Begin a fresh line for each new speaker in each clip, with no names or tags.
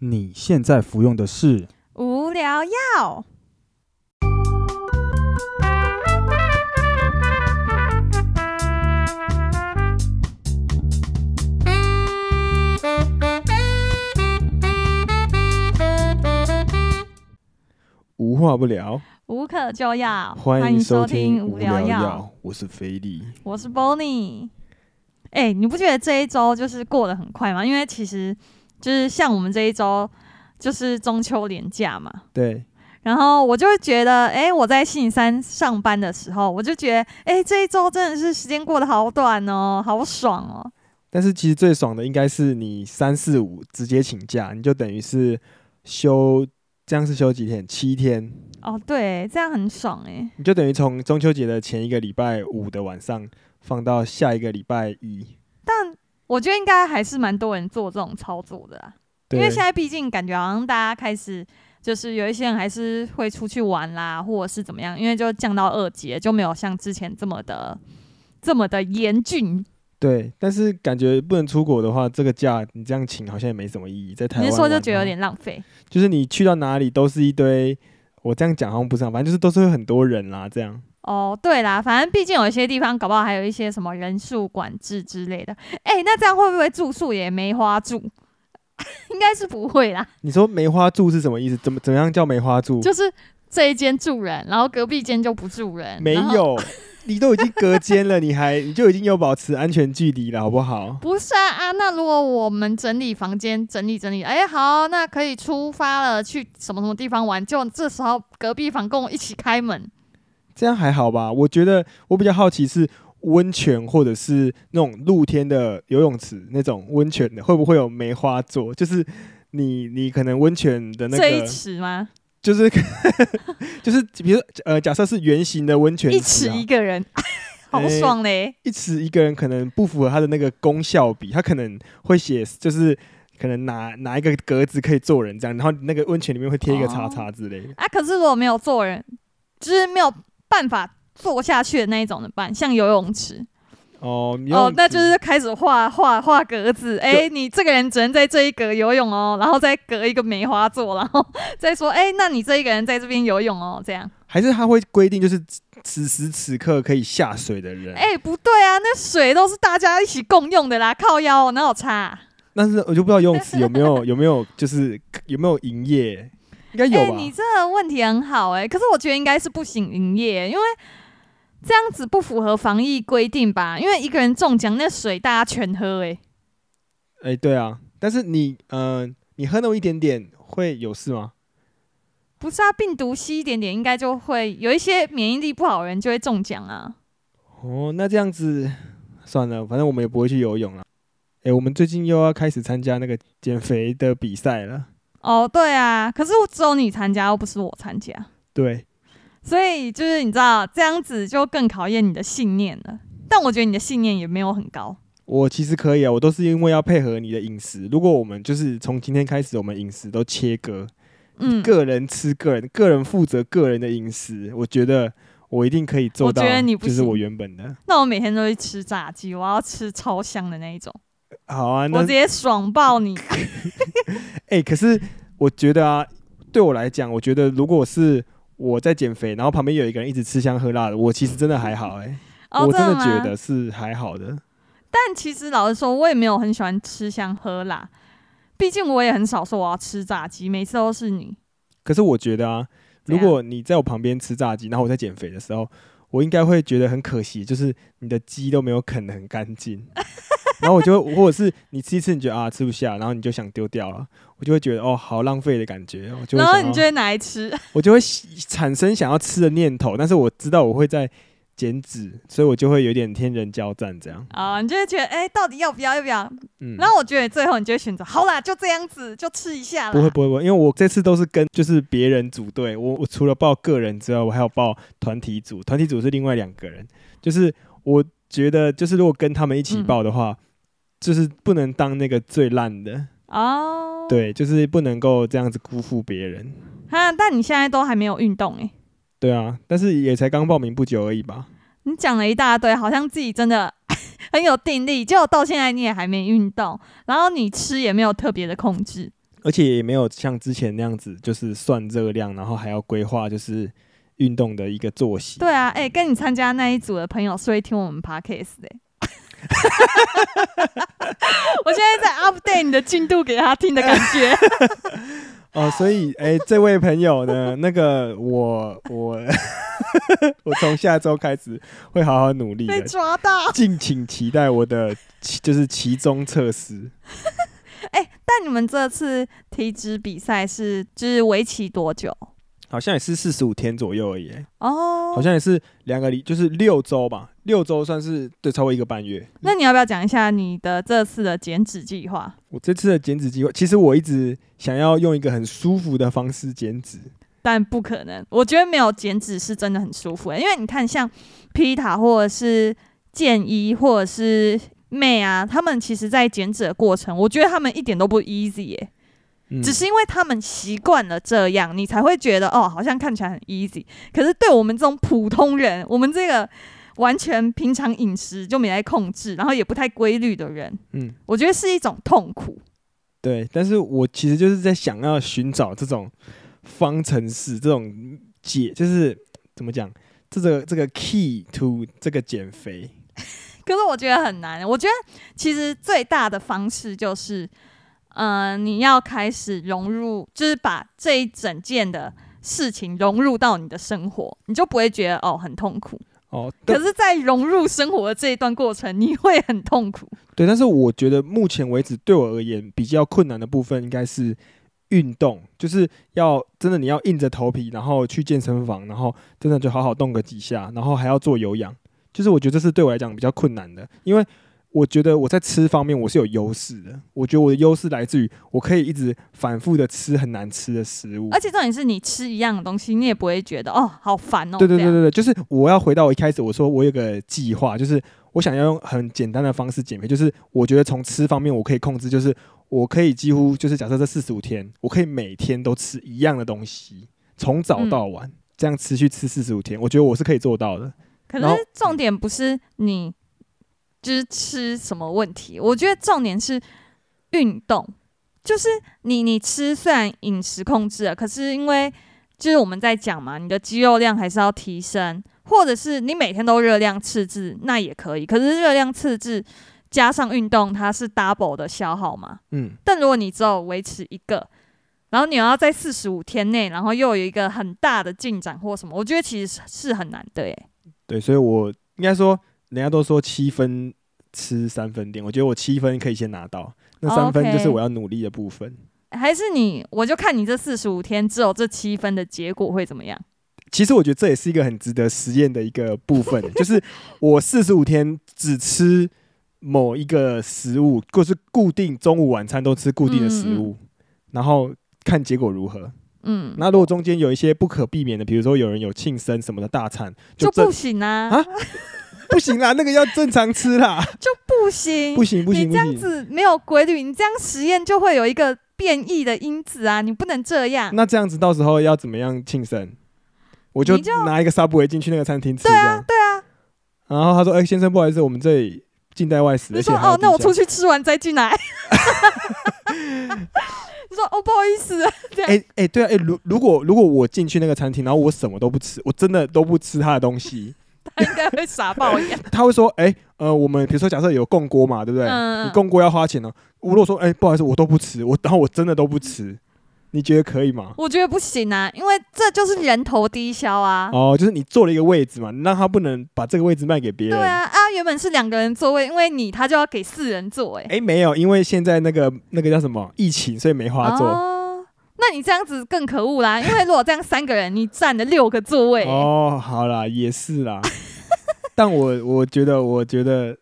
你现在服用的是
无聊药。
无话不聊，
无可救药，
欢迎收听
听
无
聊
聊药，我是菲力。
我是 Bonnie。哎、你不觉得这一周就是过得很快吗？因为其实就是像我们这一周就是中秋连假嘛，
对，
然后我就会觉得，哎、我在星期三上班的时候，我就觉得，哎、这一周真的是时间过得好短哦，好爽哦。
但是其实最爽的应该是你三四五直接请假，你就等于是休，这样是休几天？七天，
哦，对，这样很爽哎、
你就等于从中秋节的前一个礼拜五的晚上放到下一个礼拜一。
我觉得应该还是蛮多人做这种操作的啊啦，因
对，
为现在毕竟感觉好像大家开始就是有一些人还是会出去玩啦，或者是怎么样，因为就降到二级了，就没有像之前这么的这么的严峻。
对，但是感觉不能出国的话，这个假你这样请好像也没什么意义。在台
你
湾
是说
玩啊
就
的
觉得
话
有点浪费？
就是你去到哪里都是一堆，我这样讲好像不是，反正就是都是会很多人啦，这样。
哦，对啦，反正毕竟有一些地方搞不好还有一些什么人数管制之类的。哎、那这样会不会住宿也没花住？ 应该是不会啦，
你说梅花柱是什么意思？怎么怎么样叫梅花柱？
就是这一间住人，然后隔壁间就不住人，
没
然后
有， 你都已经隔间了，你还你就已经有保持安全距离了，好不 好？
不是啊啊，那如果我们整理房间，整理整理，哎、好，那可以出发了，去什么什么地方玩？就这时候隔壁房跟我一起开门，
这样还好吧？我觉得我比较好奇是温泉或者是那种露天的游泳池那种温泉的，会不会有梅花座？就是你你可能温泉的那
这一
个，
尺吗？
就是 就是比如说呃，假设是圆形的温泉
一
池、
尺
啊，
一个人， 好
哎
爽嘞、
一尺一个人可能不符合他的那个功效比，他可能会写就是可能哪哪一个格子可以坐人这样，然后那个温泉里面会贴一个叉叉之类的。
啊，可是如果没有做人，就是没有办法做下去的那一种怎么办？像游泳池
哦，你用
哦，那就是开始画画画格子。哎、你这个人只能在这一格游泳哦，然后再隔一个梅花座，然后再说，哎、那你这一个人在这边游泳哦，这样。
还是他会规定就是此时此刻可以下水的人。
哎、不对啊，那水都是大家一起共用的啦，靠腰、哦、哪有差啊、
但是我就不知道游泳池有没有 有没有就是有没有营业，应该
哎、
有吧？
你这个问题很好哎、可是我觉得应该是不行营业，因为这样子不符合防疫规定吧？因为一个人中奖，那水大家全喝哎、
哎、对啊，但是你嗯、呃你喝那么一点点会有事吗？
不是啊，病毒吸一点点，应该就会有一些免疫力不好的人就会中奖啊。
哦，那这样子算了，反正我们也不会去游泳了。诶，我们最近又要开始参加那个减肥的比赛了。
哦，对啊，可是我只有你参加，又不是我参加，
对，
所以就是你知道这样子就更考验你的信念了。但我觉得你的信念也没有很高。
我其实可以啊，我都是因为要配合你的饮食。如果我们就是从今天开始，我们饮食都切割，
嗯，
个人吃个人，个人负责个人的饮食，我觉得我一定可以做
我
到。
觉得你不
就是我
行
原本的。
那我每天都去吃炸鸡，我要吃超香的那一种，
好啊，
我
那
直接爽 爆你。
哎、可是我觉得啊，对我来讲，我觉得如果是我在减肥，然后旁边有一个人一直吃香喝辣的，我其实真的还好哎、
哦，
我真的觉
吗
得是还好的。
但其实老实说，我也没有很喜欢吃香喝辣，毕竟我也很少说我要吃炸鸡，每次都是你。
可是我觉得啊，
怎
如
样
果你在我旁边吃炸鸡，然后我在减肥的时候，我应该会觉得很可惜，就是你的鸡都没有啃得很干净。 然后我就会，或者是你吃一次你觉得啊吃不下，然后你就想丢掉了，我就会觉得哦好浪费的感觉，我就会
然后
想
你就
要
会拿来吃，
我就会产生想要吃的念头，但是我知道我会在减脂，所以我就会有点天人交战这样。
啊、你就会觉得，哎、到底要不要，要不要？
嗯，
然后我觉得最后你就会选择，好啦，就这样子，就吃一下啦。
不会不会不啊会，因为我这次都是跟就是别人组队，我我除了报个人之外，我还有报团体组，团体组是另外两个人。就是我觉得，就是如果跟他们一起报的话，就是不能当那个最烂的，
哦，
对，就是不能够这样子辜负别人。
啊，但你现在都还没有运动哎、
对啊，但是也才刚报名不久而已吧。
你讲了一大堆，好像自己真的 很有定力，结果到现在你也还没运动，然后你吃也没有特别的控制，
而且也没有像之前那样子，就是算热量，然后还要规划就是运动的一个作息。
对啊，哎、跟你参加那一组的朋友是会听我们 podcast 的、 我现在在 update 你的进度给他听的感觉。
哎哦，所以哎、这位朋友呢，那个我我 我从下周开始会好好努力
被
的，
抓到。
敬请期待我的期就是期中测试。
但你们这次体脂比赛是就是为期多久？
好像也是四十五天左右而已、欸
哦，
好像也是两个礼，就是六周吧，六周算是对，超过一个半月。
那你要不要讲一下你的这次的减脂计划？
我这次的减脂计划，其实我一直想要用一个很舒服的方式减脂，
但不可能，我觉得没有减脂是真的很舒服、欸，因为你看像皮塔或者是健一或者是妹啊，他们其实在减脂的过程，我觉得他们一点都不 easy 耶、
嗯、
只是因为他们习惯了这样，你才会觉得哦，好像看起来很 easy。可是对我们这种普通人，我们这个完全平常饮食就没来控制，然后也不太规律的人，
嗯，
我觉得是一种痛苦。
对。但是我其实就是在想要寻找这种方程式，这种解，就是怎么讲，这个这个 key to 这个减肥。
可是我觉得很难。我觉得其实最大的方式就是，嗯、你要开始融入，就是把这一整件的事情融入到你的生活，你就不会觉得哦很痛苦。
哦，但
可是，在融入生活的这一段过程，你会很痛苦。
对，但是我觉得目前为止对我而言比较困难的部分应该是运动，就是要真的你要硬着头皮，然后去健身房，然后真的就好好动个几下，然后还要做有氧，就是我觉得这是对我来讲比较困难的，因为我觉得我在吃方面我是有优势的，我觉得我的优势来自于我可以一直反复的吃很难吃的食物
而。且重点是你吃一样的东西，你也不会觉得哦好烦哦。
对对对
这样
对对，就是我要回到我一开始我说我有个计划，就是我想要用很简单的方式减肥，就是我觉得从吃方面我可以控制，就是我可以几乎就是假设这四十五天，我可以每天都吃一样的东西，从早
嗯
到晚、这样持续吃四十五天，我觉得我是可以做到的。
可
然后
是重点不是你就是吃什么问题，我觉得重点是运动，就是你你吃虽然饮食控制了，可是因为就是我们在讲嘛，你的肌肉量还是要提升，或者是你每天都热量赤字那也可以，可是热量赤字加上运动，它是 double 的消耗嘛。
嗯，
但如果你只有维持一个，然后你要在四十五天内，然后又有一个很大的进展或什么，我觉得其实是很难的耶。
对，所以我应该说，人家都说七分吃三分练，我觉得我七分可以先拿到，那三分就是
哦 OK
我要努力的部分。
还是你，我就看你这四十五天只有这七分的结果会怎么样？
其实我觉得这也是一个很值得实验的一个部 分，就是我四十五天只吃某一个食物，或是固定中午晚餐都吃固定的食物，然后看结果如何。
嗯，
那如果中间有一些不可避免的，比如说有人有庆生什么的大餐，
就
正
不行啊，
啊 不行啦，那个要正常吃啦，
不行，
不行不行
你
不
这样
行。
子没有规律，你这样实验就会有一个变异的因子啊，你不能这样。
那这样子到时候要怎么样庆生？我就
你就
拿一个 Subway 进去那个餐厅吃，这样对啊。然后他说：“哎、先生，不好意思，我们这里近代外食。”
你说
而且还有
哦，那我
地下
出去吃完再 进来。 你说哦，不好意思，
哎、哎、对啊，哎、如如果如果我进去那个餐厅，然后我什么都不吃，我真的都不吃他的东西，
他应该会傻爆 眼。
他会说，哎、呃，我们比如说假设有共锅嘛，对不对？
嗯嗯
你共锅要花钱哦、我如果说，哎、不好意思，我都不吃，我然后我真的都不吃，你觉得可以吗？
我觉得不行啊，因为这就是人头低消啊。
哦，就是你做了一个位置嘛，你让他不能把这个位置卖给别人。
对啊，啊，原本是两个人座位，因为你他就要给四人座位、
哎、没有，因为现在那个那个叫什么疫情，所以没花做。
哦，那你这样子更可恶啦，因 为如果这样三个人，你占了六个座位、
哦，好啦，也是啦。 但我我觉得，我觉得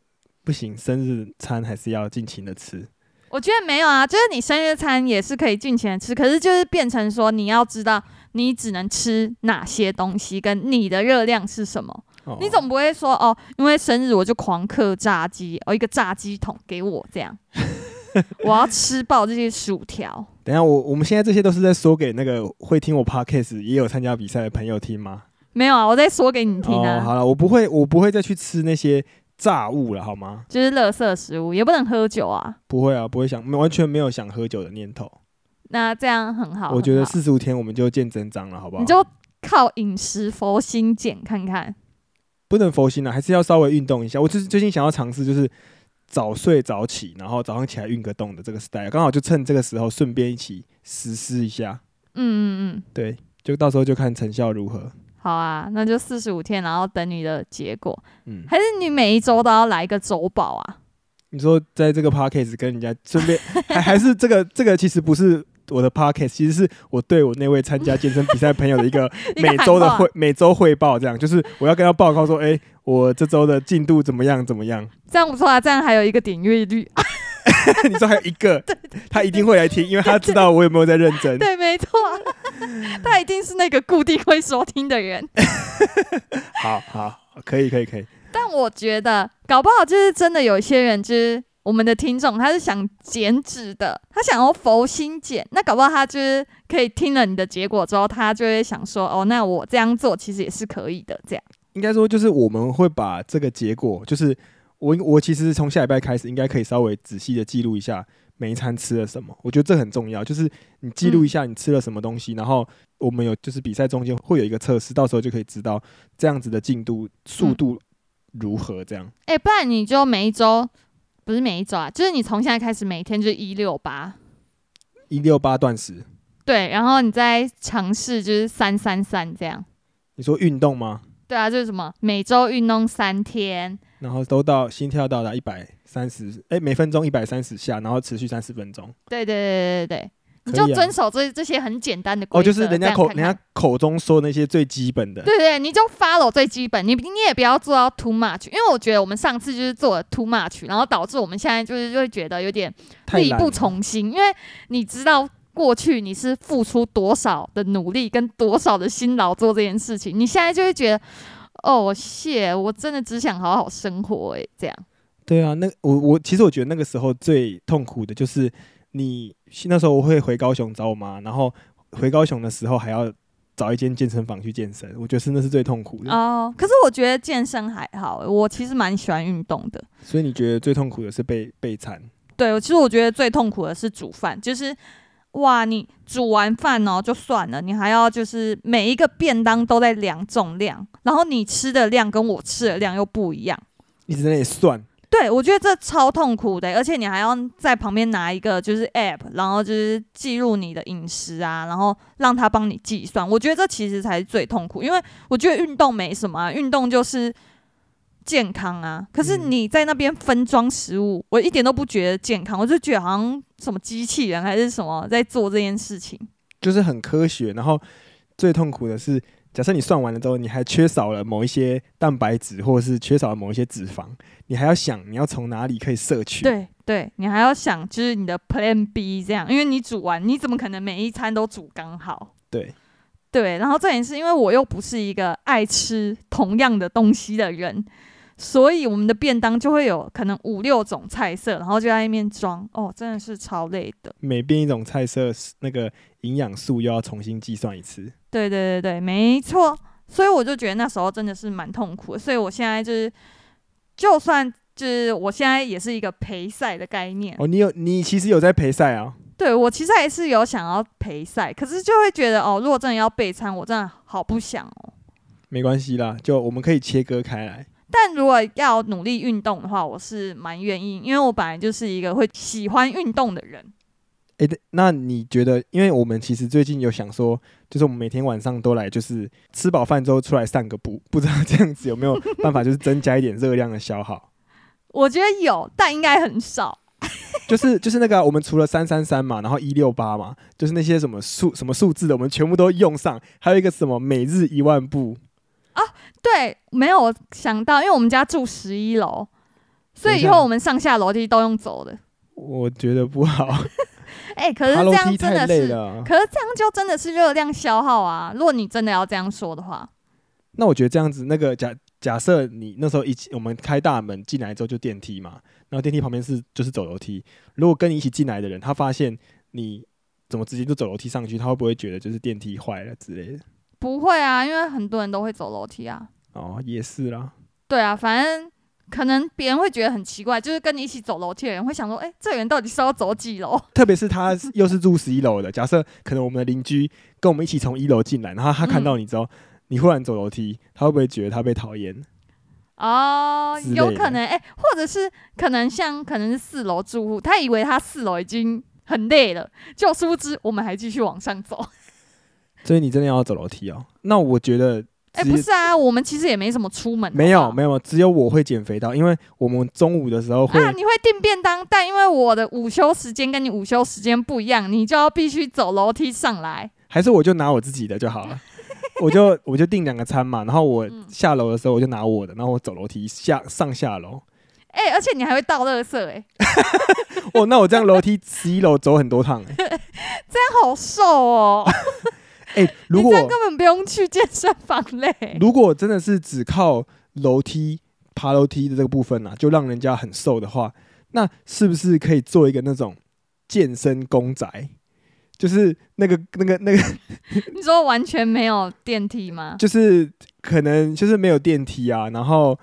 不行，生日餐还是要尽情的吃。
我觉得没有啊，就是你生日餐也是可以尽情地吃，可是就是变成说你要知道你只能吃哪些东西，跟你的热量是什么。
哦
你总不会说哦，因为生日我就狂嗑炸鸡，哦，一个炸鸡桶给我这样， 我要吃爆这些薯条。
等一下，我我们现在这些都是在说给那个会听我 podcast 也有参加比赛的朋友听吗？
没有啊，我再说给你听
哦，
啊，
好了，我不会，我不会再去吃那些炸物了，好吗？
就是垃圾食物，也不能喝酒啊。
不会啊，不会想，完全没有想喝酒的念头。
那这样很好。
我觉
很
得
哦好
四十五天我们就见真章了，好不好？
你就靠饮食佛心减看看。
不能佛心啊了、还是要稍微运动一下。我就是最近想要尝试，就是早睡早起，然后早上起来运个动的这个 style，刚好就趁这个时候顺便一起实施一下。
嗯嗯
对，就到时候就看成效如何。
嗯，好啊，那就四十五天，然后等你的结果。
嗯，
还是你每一周都要来一个周报 啊？
你说在这个 podcast 跟人家顺便，还还是这个这个其实不是我的 podcast，其实是我对我那位参加健身比赛朋友的一个
一个
每周的
喊话
汇每周汇报，这样就是我要跟他报告说，哎、我这周的进度怎么样怎么样。
这样不错啊，这样还有一个点阅率。啊、
你说还有一 个，他一定会来听，因为他知道我有没有在认真。
对，没错，他一定是那个固定会收听的人。
好好，可以可以可以，
但我觉得，搞不好就是真的有一些人，就是我们的听众，他是想减脂的，他想要佛心减。那搞不好他就是可以听了你的结果之后，他就会想说，哦，那我这样做其实也是可以的。这样，
应该说就是我们会把这个结果，就是我我其实从下礼拜开始，应该可以稍微仔细的记录一下每一餐吃了什么。我觉得这很重要，就是你记录一下你吃了什么东西，然后我们有就是比赛中间会有一个测试，到时候就可以知道这样子的进度速
嗯
度如何。这样，
哎、不然你就每一周，不是每一周啊，就是你从现在开始每天就一六八，
一六八断食，
对，然后你再尝试就是三三三这样。
你说运动吗？
对啊，就是什么每周运动三天，
然后都到心跳到达一百三十，哎，每分钟一百三十下，然后持续三十分钟。
对对对对对对，你
可以啊
就遵守这这些很简单的规
哦，
则，
就是人
这
家
样
口
看
人家
看
口中说那些最基本的，
对对，你就 follow 最基本，你你也不要做到 too much，因为我觉得我们上次就是做了 too much，然后导致我们现在就是就会觉得有点
太
力
懒
不
了
从心，因为你知道过去你是付出多少的努力跟多少的辛劳做这件事情，你现在就会觉得，哦，谢，我真的只想好好生活、欸，这样。
对啊，那我我其实我觉得那个时候最痛苦的就是你那时候我会回高雄找我妈，然后回高雄的时候还要找一间健身房去健身，我觉得是那是最痛苦的。
哦，可是我觉得健身还好，欸我其实蛮喜欢运动的。
所以你觉得最痛苦的是被被惨？
对，我其实我觉得最痛苦的是煮饭，就是哇，你煮完饭哦就算了，你还要就是每一个便当都在量重量，然后你吃的量跟我吃的量又不一样。
一直在那里算，
对，我觉得这超痛苦的，而且你还要在旁边拿一个就是 app，然后就是记录你的饮食啊，然后让他帮你计算。我觉得这其实才是最痛苦，因为我觉得运动没什么、啊，运动就是健康啊。可是
嗯
你在那边分装食物，我一点都不觉得健康，我就觉得好像什么机器人还是什么在做这件事情。
就是很科学。然后最痛苦的是，假设你算完了之后，你还缺少了某一些蛋白质，或者是缺少了某一些脂肪，你还要想你要从哪里可以摄取。
对对，你还要想就是你的 Plan B 这样，因为你煮完，你怎么可能每一餐都煮刚好？
对，
对，然后这也是因为我又不是一个爱吃同样的东西的人，所以我们的便当就会有可能五六种菜色，然后就在那边装，哦，真的是超累的。
每变一种菜色，那个营养素又要重新计算一次。
对对对对，没错。所以我就觉得那时候真的是蛮痛苦的，所以我现在就是，就算就是我现在也是一个陪赛的概念，
哦，你有你其实有在陪赛啊？
对我其实还是有想要陪赛，可是就会觉得哦，如果真的要备餐，我真的好不想哦。
没关系啦，就我们可以切割开来。
但如果要努力运动的话，我是蛮愿意，因为我本来就是一个会喜欢运动的人。
诶，对那你觉得？因为我们其实最近有想说，就是我们每天晚上都来，就是吃饱饭之后出来散个步，不知道这样子有没有办法，就是增加一点热量的消耗。
我觉得有，但应该很少。
就是就是那个啊、我们除了三三三嘛，然后一六八嘛，就是那些什么数什么数字的，我们全部都用上。还有一个什么每日一万步，
对，没有想到，因为我们家住十一楼，所以
等一
以
下
后我们上下楼梯都用走的。
我觉得不好，
哎、可是
爬
这
楼
样
梯
真
太
的
累
是，
了。
可是这样就真的是热量消耗啊。如果你真的要这样说的话，
那我觉得这样子，那个假假设你那时候一起我们开大门进来之后就电梯嘛，然后电梯旁边是就是走楼梯。如果跟你一起进来的人，他发现你怎么直接就走楼梯上去，他会不会觉得就是电梯坏了之类的？
不会啊，因为很多人都会走楼梯啊。
哦，也是啦。
对啊，反正可能别人会觉得很奇怪，就是跟你一起走楼梯的人会想说，哎、这个人到底是要走几楼？
特别是 他又是住十一楼的，假设可能我们的邻居跟我们一起从一楼进来，然后他看到你之后，你忽然走楼梯，他会不会觉得他被讨厌？
哦，
之
有
类
可
的
能哎、或者是可能像可能是四楼住户，他以为他四楼已经很累了，就殊不知我们还继续往上走。
所以你真的要走楼梯哦？那我觉得
哎、
只
不是啊，我们其实也没什么出门，啊
没
好
有
不好
没有，只有我会减肥到，因为我们中午的时候会
啊，你会订便当，但因为我的午休时间跟你午休时间不一样，你就要必须走楼梯上来。
还是我就拿我自己的就 好了。我就我就订两个餐嘛，然后我
嗯
下楼的时候我就拿我的，然后我走楼梯下上下楼。
哎、而且你还会倒垃圾、哎，
哦，那我这样楼梯十一楼走很多趟哎、
但啊好瘦哦，
哎、 如
你
果
这样根本不用去健身房嘞。
如果真的是只靠楼梯爬楼梯的这个部分啊，就让人家很瘦的话，那是不是可以做一个那种健身公宅？就是那个那个那 个，
你说完全没有电梯吗？
就是可能就是没有电梯啊，然后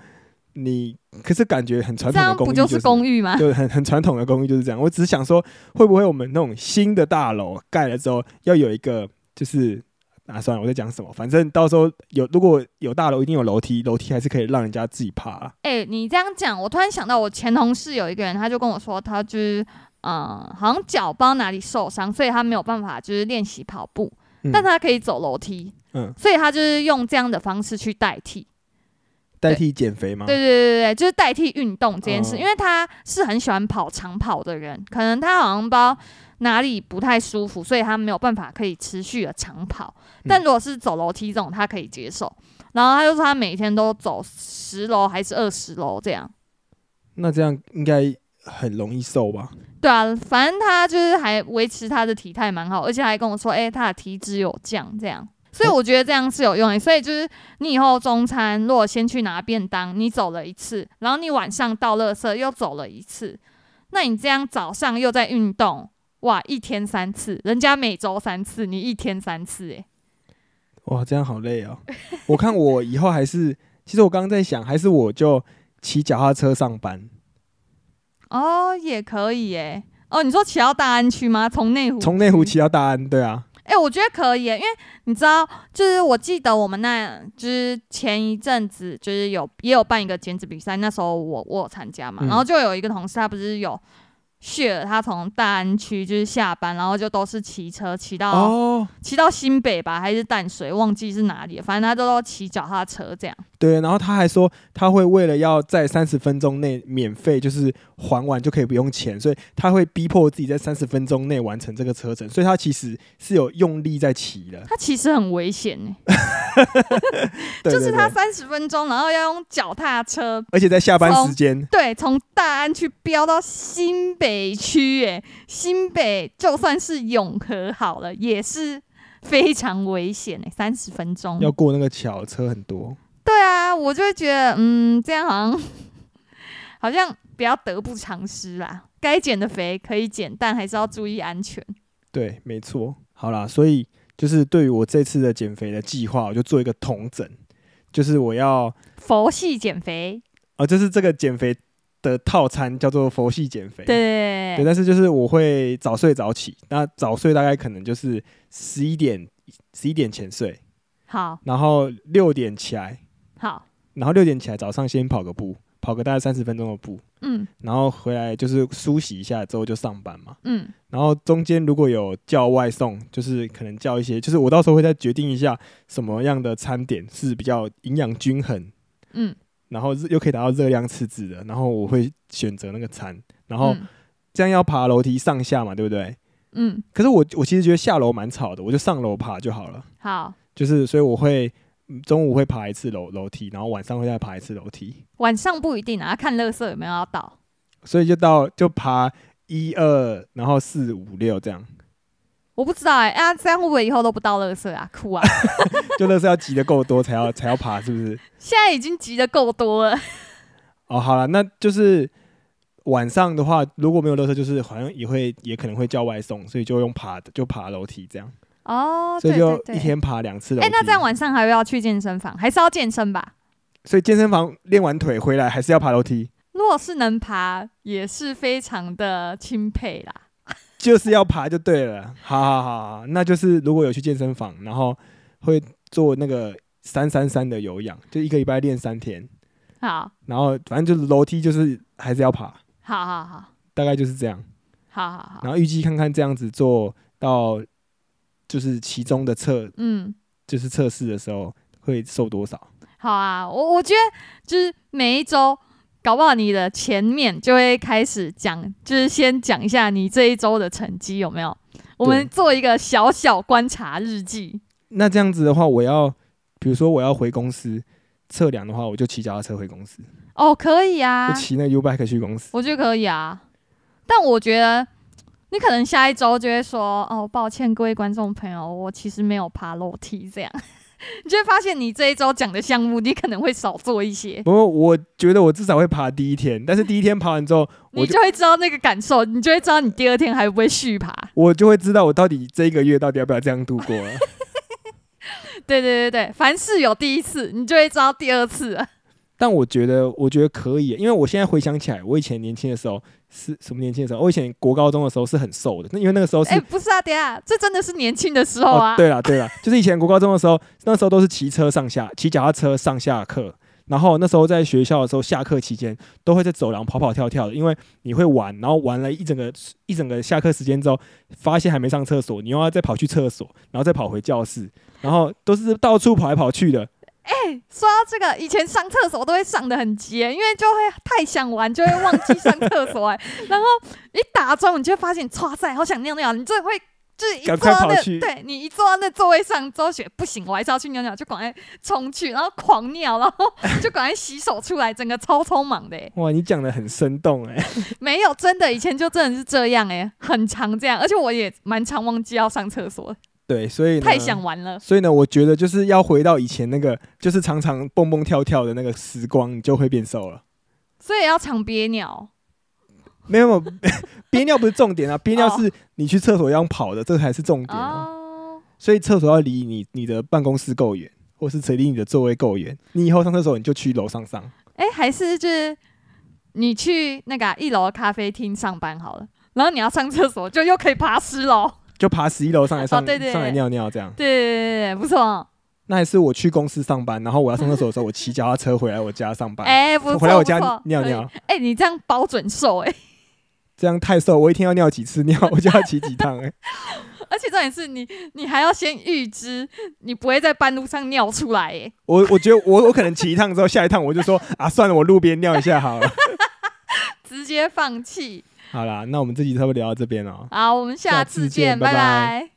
你可是感觉很传
这
统的
样
公
不
寓、
就是公寓吗？
就很很传统的公寓就是这样。我只是想说，会不会我们那种新的大楼盖了之后，要有一个就是啊，算了，我在讲什么，反正到时候有如果有大楼，一定有楼梯，楼梯还是可以让人家自己爬啊、
哎、你这样讲，我突然想到，我前同事有一个人，他就跟我说，他就是嗯，好像脚不知道哪里受伤，所以他没有办法就是练习跑步，
嗯
但他可以走楼梯，
嗯
所以他就是用这样的方式去代替，
代替减肥吗？
对对对对，就是代替运动这件事，
嗯
因为他是很喜欢跑长跑的人，可能他好像不知道哪里不太舒服，所以他没有办法可以持续的长跑。
嗯
但如果是走楼梯这种，他可以接受。然后他就说他每天都走十楼还是二十楼这样。
那这样应该很容易瘦吧？
对啊，反正他就是还维持他的体态蛮好，而且还跟我说，哎、他的体脂有降这样。所以我觉得这样是有用的，所以就是你以后中餐如果先去拿便当，你走了一次，然后你晚上倒垃圾又走了一次，那你这样早上又在运动，哇，一天三次，人家每周三次，你一天三次、欸，
哇，这样好累哦！我看我以后还是，其实我刚刚在想，还是我就骑脚踏车上班，
哦，也可以、欸，哦，你说骑到大安区吗？从内湖，
从内湖骑到大安，对啊，
哎、我觉得可以耶，因为你知道，就是我记得我们那，就是前一阵子就是有也有办一个减脂比赛，那时候我我有参加嘛，
嗯
然后就有一个同事他不是有 share 他从大安区就是下班，然后就都是骑车骑到
哦，
骑、到新北吧，还是淡水，忘记是哪里了，反正他都都骑脚踏车这样。
对，然后他还说他会为了要在三十分钟内免费，就是还完就可以不用钱，所以他会逼迫自己在三十分钟内完成这个车程，所以他其实是有用力在骑的，
他其实很危险呢，
对
就是
对
他
对
三十分钟，然后要用脚踏车
而且在下班时间，
对，从大安区飙到新北区，哎，新北就算是永和好了，也是非常危险哎，三十分钟。
要过那个桥，车很多。
对啊，我就会觉得，嗯，这样好像好像比较得不偿失啦。该减的肥可以减，但还是要注意安全。
对，没错。好啦，所以就是对于我这次的减肥的计划，我就做一个统整，就是我要
佛系减肥，
呃，就是这个减肥的套餐叫做佛系减肥。
对对
哎对，
对
但是就是我会早睡早起，那早睡大概可能就是十一点十一点前睡，
好
然后六点起来，
好，
然后六点起来早上先跑个步，跑个大概三十分钟的步，
嗯
然后回来就是梳洗一下之后就上班嘛。
嗯，
然后中间如果有叫外送，就是可能叫一些，就是我到时候会再决定一下什么样的餐点是比较营养均衡，
嗯，
然后又可以达到热量赤字的，然后我会选择那个餐，然后
嗯
这样要爬楼梯上下嘛，对不对？
嗯
可是我我其实觉得下楼蛮吵的，我就上楼爬就好了，
好，
就是所以我会嗯中午会爬一次楼楼梯，然后晚上会再爬一次楼梯，
晚上不一定啊，看垃圾有没有要倒。
所以就到就爬一二，然后四五六这样，
我不知道哎、欸，啊，这样会不会以后都不倒垃圾 啊？哭啊！
就那是要挤得够多才要 才要爬，是不是？
现在已经急得够多了。
哦，好了，那就是晚上的话，如果没有垃圾，就是好像也会也可能会叫外送，所以就用爬的，就爬楼梯这样，
哦，
所
对
以
对
就
对。
一天爬两次楼
哎、
梯。
那这样晚上还要去健身房，还是要健身吧？
所以健身房练完腿回来还是要爬楼梯，
如果是能爬，也是非常的钦佩啦。
就是要爬就对了。好好好好，那就是如果有去健身房，然后会做那个三三三的有氧，就一个礼拜练三天，
好，
然后反正就是楼梯就是还是要爬，
好好好，
大概就是这样。
好好好，
然后预计看看这样子做到就是其中的测
嗯，
就是测试的时候会瘦多少。
好啊。我我觉得就是每一周，搞不好你的前面就会开始讲，就是先讲一下你这一周的成绩有没有？我们做一个小小观察日记。
那这样子的话，我要比如说我要回公司测量的话，我就骑脚踏车回公司，
哦，可以啊
就，骑那个 U bike 去公司。
我觉得可以啊。但我觉得你可能下一周就会说，哦，抱歉各位观众朋友，我其实没有爬楼梯这样。 你就会发现，你这一周讲的项目，你可能会少做一些。
不过我觉得我至少会爬第一天，但是第一天爬完之后，我
你
就
就会知道那个感受，你就会知道你第二天还会不会续爬。
我就会知道我到底这一个月到底要不要这样度过了。
对对对对，凡事有第一次，你就会知道第二次了。
但我觉得，我觉得可以，因为我现在回想起来，我以前年轻的时候是什么年轻的时候？我以前国高中的时候是很瘦的，那因为那个时候是、
哎、不是啊，等一下，这真的是年轻的时候啊。
哦，对了对了，就是以前国高中的时候，那时候都是骑车上下，骑脚踏车上下课。然后那时候在学校的时候，下课期间都会在走廊跑跑跳跳的，因为你会玩，然后玩了一整个一整个下课时间之后，发现还没上厕所，你又要再跑去厕所，然后再跑回教室，然后都是到处跑来跑去的。
说到这个，以前上厕所都会上的很急，因为就会太想玩，就会忘记上厕 所、哎然后一打钟，你就会发现，哇塞，好想尿尿，你就会。就是一坐
赶快
到那，
跑去
对你一坐到那座位上，周雪不行，我还是要去尿尿，就赶快冲去，然后狂尿，然后就赶快洗手出来，整个超匆忙的、哎
哇，你讲的很生动哎、
没有，真的，以前就真的是这样哎、很常这样，而且我也蛮常忘记要上厕所，
对，所以呢
太想玩了。
所以呢，我觉得就是要回到以前那个，就是常常蹦蹦跳跳的那个时光，你就会变瘦了。
所以要常憋尿，
没有， 没有憋尿不是重点啊，憋尿
哦
是你去厕所要用跑的，这才是重点啊。
哦，
所以厕所要离你你的办公室够远，或是离你的座位够远。你以后上厕所你就去楼上上，
哎、还是就是你去那个啊、一楼的咖啡厅上班好了，然后你要上厕所，就又可以爬十楼。
就爬十一楼上来上、
哦对对
上来尿尿这样。
对对对对，不错，
那还是我去公司上班，然后我要上厕所的时候，我骑脚踏车回来我家上班，
哎、不错，
回来我
不
家
错
尿。
可
尿，
以哎、你这样包准瘦哎、
这样太瘦，我一天要尿几次尿，我就要骑几趟、哎。
而且重点是你，你还要先预知你不会在半路上尿出来哎、
我我觉得我我可能骑一趟之后，下一趟我就说啊，算了，我路边尿一下好了。
直接放弃。
好啦，那我们这集差不多聊到这边了。哦
好，我们下
下
次
次见
见，
拜
拜
拜
拜